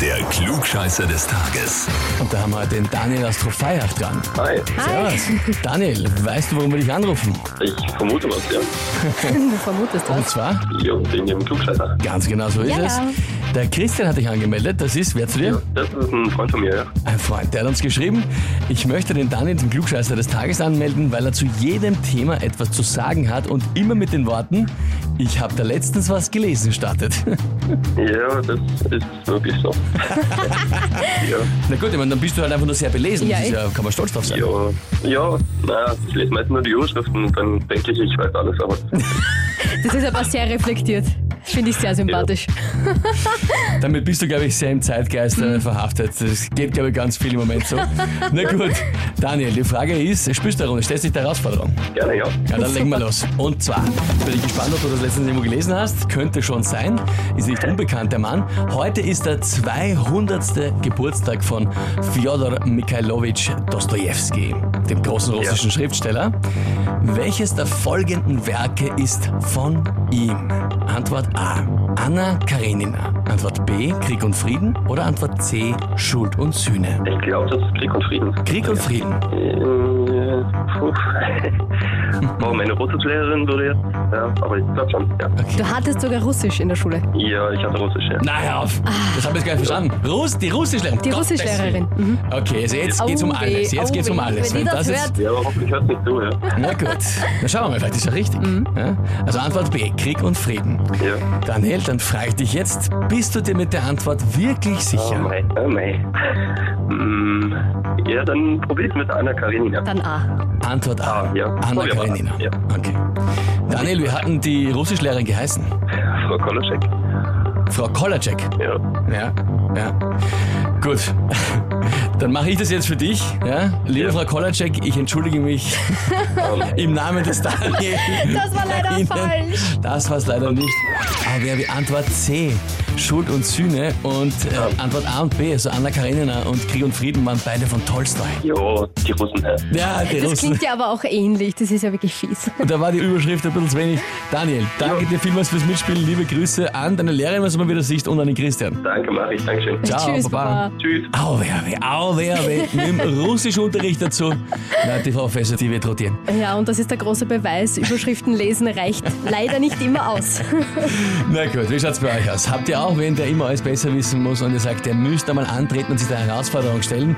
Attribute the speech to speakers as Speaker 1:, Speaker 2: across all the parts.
Speaker 1: Der Klugscheißer des Tages.
Speaker 2: Und da haben wir heute den Daniel aus Trofeiach dran.
Speaker 3: Hi,
Speaker 2: Servus. Daniel, weißt du, warum wir dich anrufen?
Speaker 3: ich vermute was, ja.
Speaker 4: Du vermutest
Speaker 2: Und
Speaker 4: was.
Speaker 2: zwar,
Speaker 3: Ja, wegen dem Klugscheißer.
Speaker 2: ganz genau so ist
Speaker 4: Ja,
Speaker 2: es.
Speaker 4: ja.
Speaker 2: Der Christian hat dich angemeldet, das ist, wer zu dir?
Speaker 3: Das ist ein Freund von mir, ja.
Speaker 2: Ein Freund, der hat uns geschrieben, ich möchte den Daniel zum Klugscheißer des Tages anmelden, weil er zu jedem Thema etwas zu sagen hat und immer mit den Worten, ich habe da letztens was gelesen, startet.
Speaker 3: Ja, das ist wirklich so. ja,
Speaker 2: Na gut, ich meine, dann bist du halt einfach nur sehr belesen,
Speaker 4: Ja,
Speaker 2: das ist
Speaker 4: ich-
Speaker 2: ja, kann man stolz drauf sein.
Speaker 3: ja, ja, naja, ich lese meistens nur die Überschriften und dann denke ich, ich weiß alles, aber
Speaker 4: Das ist aber sehr reflektiert. Finde ich sehr sympathisch.
Speaker 2: Damit bist du, glaube ich, sehr im Zeitgeist äh, verhaftet. Das geht, glaube ich, ganz viel im Moment so. Na gut, Daniel, die Frage ist, spielst du eine Runde, stellst dich der Herausforderung.
Speaker 3: gerne, ja.
Speaker 2: Ja, dann legen wir los. Und zwar, bin ich gespannt, ob du das letztens irgendwo gelesen hast. Könnte schon sein. Ist nicht unbekannt, der Mann. Heute ist der 200. Geburtstag von Fjodor Mikhailovich Dostojewski, dem großen russischen Schriftsteller. Welches der folgenden Werke ist von ihm? Antwort A. Anna Karenina. Antwort B. Krieg und Frieden. Oder Antwort C. Schuld und Sühne.
Speaker 3: Ich glaube, das ist Krieg und Frieden.
Speaker 2: Krieg und Frieden.
Speaker 3: Äh, puh. Boah, meine Russischlehrerin würde jetzt, ja, aber ich glaube schon, ja.
Speaker 4: Du hattest sogar Russisch in der Schule.
Speaker 3: Ja, ich hatte Russisch, ja.
Speaker 2: Na, hör auf! Das habe ich jetzt gar nicht verstanden. Russ, die Russischlehrerin.
Speaker 4: Ah. Die
Speaker 2: Gottes
Speaker 4: Russischlehrerin.
Speaker 2: Willen.
Speaker 4: Mhm.
Speaker 2: Okay, also jetzt geht's um
Speaker 4: Au weh,
Speaker 2: alles. Jetzt
Speaker 4: au
Speaker 2: geht's um
Speaker 4: weh.
Speaker 2: alles.
Speaker 4: Wenn die das hört,
Speaker 2: ist,
Speaker 3: Ja, aber hoffentlich hört nicht zu, ja.
Speaker 2: na gut. Dann schauen wir mal, vielleicht ist ja richtig.
Speaker 4: Mhm.
Speaker 2: Ja? Also Antwort B, Krieg und Frieden.
Speaker 3: Ja.
Speaker 2: Daniel, dann frage ich dich jetzt, bist du dir mit der Antwort wirklich
Speaker 3: Oh
Speaker 2: sicher?
Speaker 3: mei, oh mei. Hm, Ja, dann probier's mit Anna Karenina.
Speaker 4: Dann A.
Speaker 2: Antwort A,
Speaker 3: Ah, ja.
Speaker 2: Anna
Speaker 3: Oh, ja,
Speaker 2: Karenina.
Speaker 3: ja.
Speaker 2: Okay. Daniel, wir hatten die Russischlehrerin geheißen.
Speaker 3: Frau Koloschek.
Speaker 2: Frau Kolacek.
Speaker 3: Ja.
Speaker 2: Ja, ja. Gut. Dann mache ich das jetzt für dich. Ja? Liebe
Speaker 3: Ja.
Speaker 2: Frau Kolacek, ich entschuldige mich im Namen des Daniel.
Speaker 4: Das war leider
Speaker 2: Ihnen.
Speaker 4: falsch.
Speaker 2: Das war es leider nicht. Aber wir haben die Antwort C. Schuld und Sühne und äh, Antwort A und B, also Anna Karenina und Krieg und Frieden waren beide von Tolstoi.
Speaker 3: Jo, die Russen. äh.
Speaker 2: Ja, die
Speaker 4: Das
Speaker 2: Russen.
Speaker 4: klingt ja aber auch ähnlich. Das ist ja wirklich fies.
Speaker 2: Und da war die Überschrift ein bisschen zu wenig. Daniel, danke
Speaker 3: Ja.
Speaker 2: dir vielmals fürs Mitspielen. Liebe Grüße an deine Lehrerin, was immer wieder siehst, und an den Christian.
Speaker 3: Danke, mach ich. Dankeschön.
Speaker 2: Ciao,
Speaker 4: Tschüss,
Speaker 2: Baba.
Speaker 4: Baba.
Speaker 3: Tschüss.
Speaker 2: Auwe, auwe, auwe, auwe. Mit dem Russischunterricht dazu. Na, die Frau Professor, die wird rotieren.
Speaker 4: Ja, und das ist der große Beweis. Überschriften lesen reicht leider nicht immer aus.
Speaker 2: Na gut, wie schaut's bei euch aus? Habt ihr auch wen, der immer alles besser wissen muss und ihr sagt, der müsst einmal antreten und sich der Herausforderung stellen?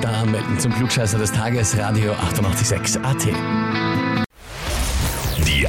Speaker 2: Dann anmelden zum Klugscheißer des Tages, Radio 886 AT.
Speaker 1: Die